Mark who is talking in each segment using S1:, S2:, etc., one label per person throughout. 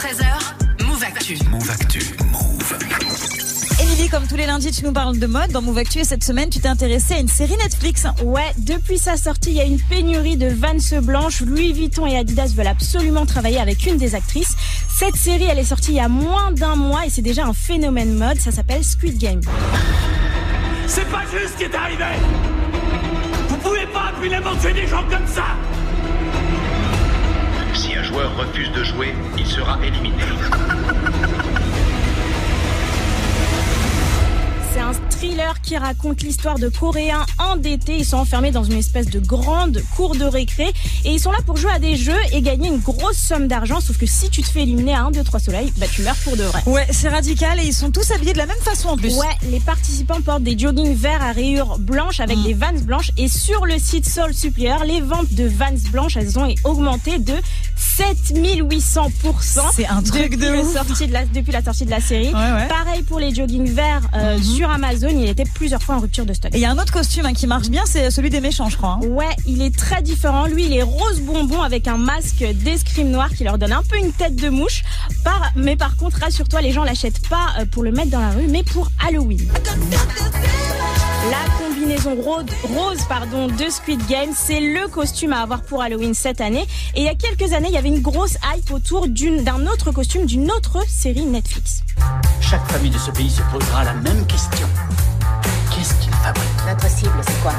S1: 13h, Move Actu.
S2: Move Actu. Move.
S3: Émilie, comme tous les lundis, tu nous parles de mode dans Move Actu et cette semaine, tu t'es intéressée à une série Netflix.
S4: Ouais, depuis sa sortie, il y a une pénurie de vannes blanches. Louis Vuitton et Adidas veulent absolument travailler avec une des actrices. Cette série, elle est sortie il y a moins d'un mois et c'est déjà un phénomène mode. Ça s'appelle Squid Game.
S5: C'est pas juste ce qui est arrivé Vous pouvez pas impunément tuer des gens comme ça
S6: Si un joueur refuse de jouer, il sera éliminé.
S4: C'est un thriller qui raconte l'histoire de Coréens endettés. Ils sont enfermés dans une espèce de grande cour de récré et ils sont là pour jouer à des jeux et gagner une grosse somme d'argent. Sauf que si tu te fais éliminer à 1, 2, 3 soleils, bah tu meurs pour de vrai.
S3: Ouais, c'est radical et ils sont tous habillés de la même façon en plus.
S4: Ouais, les participants portent des joggings verts à rayures blanches avec
S3: Mm.
S4: des Vans blanches et sur le site Sol Supplier, les ventes de Vans blanches, elles ont augmenté de 7800%.
S3: C'est un truc
S4: Hein depuis
S3: de
S4: le
S3: ouf.
S4: sortie de la- depuis la sortie de la série.
S3: Ouais, ouais. Mm-hmm.
S4: Pareil pour les joggings verts euh, sur Amazon, il était plusieurs fois en rupture de stock.
S3: Et il y a un autre costume hein, qui marche bien, c'est celui des méchants, je crois. hein.
S4: Ouais, il est très différent. Lui, il est rose bonbon avec un masque d'escrime noir qui leur donne un peu une tête de mouche. Par- Mais par contre, rassure-toi, les gens l'achètent pas euh, pour le mettre dans la rue, mais pour Halloween. La combinaison ro- rose pardon, de Squid Game, c'est le costume à avoir pour Halloween cette année. Et il y a quelques années, il y avait une grosse hype autour d'une- d'un autre costume d'une autre série Netflix.
S7: Chaque famille de ce pays se posera la même question. Qu'est-ce qu'il fabrique
S8: Notre cible, c'est quoi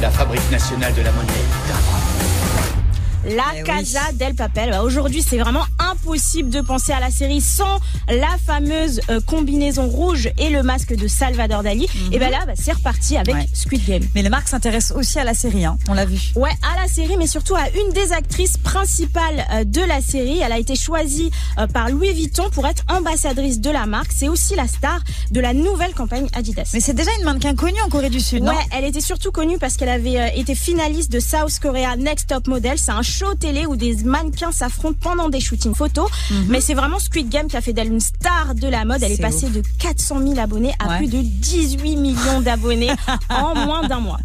S7: La fabrique nationale de la monnaie est un
S4: La
S3: Eh oui.
S4: Casa del Papel. Bah, Aujourd'hui, c'est vraiment impossible de penser à la série sans la fameuse euh, combinaison rouge et le masque de Salvador Dali. Et ben là, bah, c'est reparti avec
S3: Mhm. Ouais.
S4: Squid Game.
S3: Mais les marques s'intéressent aussi à la série, hein. on l'a vu.
S4: Ouais, à la série, mais surtout à une des actrices principales euh, de la série. Elle a été choisie euh, par Louis Vuitton pour être ambassadrice de la marque. C'est aussi la star de la nouvelle campagne Adidas.
S3: Mais c'est déjà une mannequin connue en Corée du Sud,
S4: Ouais,
S3: non
S4: elle était surtout connue parce qu'elle avait euh, été finaliste de South Korea Next Top Model. C'est un show télé où des mannequins s'affrontent pendant des shootings photos. Mais c'est vraiment Squid Game qui a fait d'elle une star de la mode. Elle est,
S3: Mhm. C'est
S4: passée de 400 000 abonnés à
S3: Ouais.
S4: plus de 18 millions d'abonnés en moins d'un mois.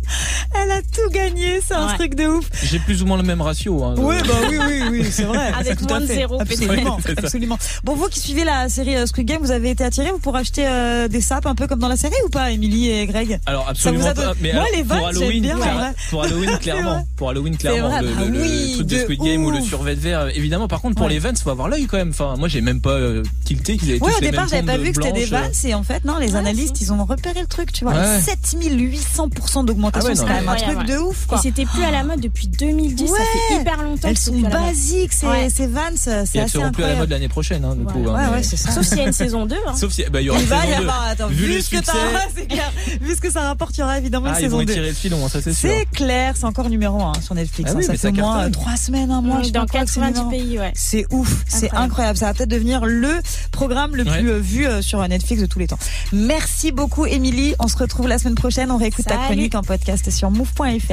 S3: Elle a tout gagné, c'est
S4: Ouais.
S3: truc de ouf.
S9: J'ai plus ou moins le même ratio. hein.
S3: Oui, bah oui, oui, oui, c'est vrai.
S4: Avec
S3: Tout à
S4: moins de
S3: fait.
S4: zéro,
S3: Absolument,
S9: peut-être. Oui,
S3: absolument. Bon, vous qui suivez la série euh, Squid Game, vous avez été attirés vous pour acheter euh, des sapes un peu comme dans la série ou pas, Émilie et Greg
S9: Alors absolument
S3: Ça vous a
S9: pas.
S3: donné-
S9: Mais
S3: Moi,
S9: alors,
S3: les vannes,
S9: pour Halloween,
S3: j'aime bien,
S9: clair-
S3: ouais.
S9: pour Halloween clairement,
S3: vrai.
S9: pour Halloween clairement,
S3: vrai,
S9: le,
S3: bah
S9: le- le
S3: oui,
S9: truc de
S3: de
S9: Squid Game ou le
S3: ouf.
S9: survêt de verre. Évidemment, par contre pour
S3: Ouais.
S9: les vannes, faut avoir l'œil quand même. Enfin, moi j'ai même pas euh, tilté qu'ils avaient
S3: Oui,
S9: tous
S3: au
S9: les
S3: départ,
S9: mêmes
S3: j'avais pas
S9: bandes
S3: vu que c'était des
S9: blanches, euh.
S3: vannes. Et en fait, non, les
S4: Ouais,
S3: analystes, ils ont repéré le truc, tu vois.
S9: Ouais.
S3: 7800% d'augmentation,
S9: Ah ouais,
S3: c'est
S9: non,
S3: quand
S9: mais-
S3: même un
S4: Incroyable,
S3: truc de ouf,
S4: Et
S3: quoi.
S4: c'était plus à la mode depuis 2010. Ça
S3: Ouais.
S4: fait hyper longtemps.
S3: Elles
S4: que c'est
S3: sont
S4: plus à la mode.
S3: basiques, ces,
S4: Ouais.
S3: ces vannes, c'est
S9: Et
S3: c'est
S9: elles
S3: assez
S9: seront plus à la
S3: incroyable.
S9: mode l'année prochaine, hein, du coup. hein,
S3: Ouais,
S9: mais-
S3: ouais, c'est ça.
S4: Sauf s'il y a une saison 2. hein.
S9: Sauf si bah, il y aura
S3: Il
S9: une
S3: va y
S9: saison deux.
S3: avoir, attends,
S9: Vu les
S3: vu, ce que
S9: succès,
S3: t'as- c'est clair. vu ce que ça rapporte, il y aura évidemment une
S9: ah, ils
S3: saison
S9: vont
S3: 2.
S9: étirer le filon, hein, ça c'est sûr.
S3: C'est clair, c'est encore numéro 1 sur Netflix.
S9: Ah
S3: hein.
S9: oui,
S3: ça
S9: mais
S3: fait
S9: ça
S3: au moins
S9: cartonne.
S3: 3 semaines, un mois. je sais
S4: dans
S3: pas quoi que c'est
S4: 90
S3: numéro un.
S4: pays, ouais.
S3: C'est ouf, c'est
S4: Incroyable.
S3: incroyable. Ça va peut-être devenir le programme le
S9: Ouais.
S3: plus euh, vu euh, sur euh, Netflix de tous les temps. Merci beaucoup, Émilie. On se retrouve la semaine prochaine. On réécoute ta
S4: Salut.
S3: chronique en podcast sur move.fr.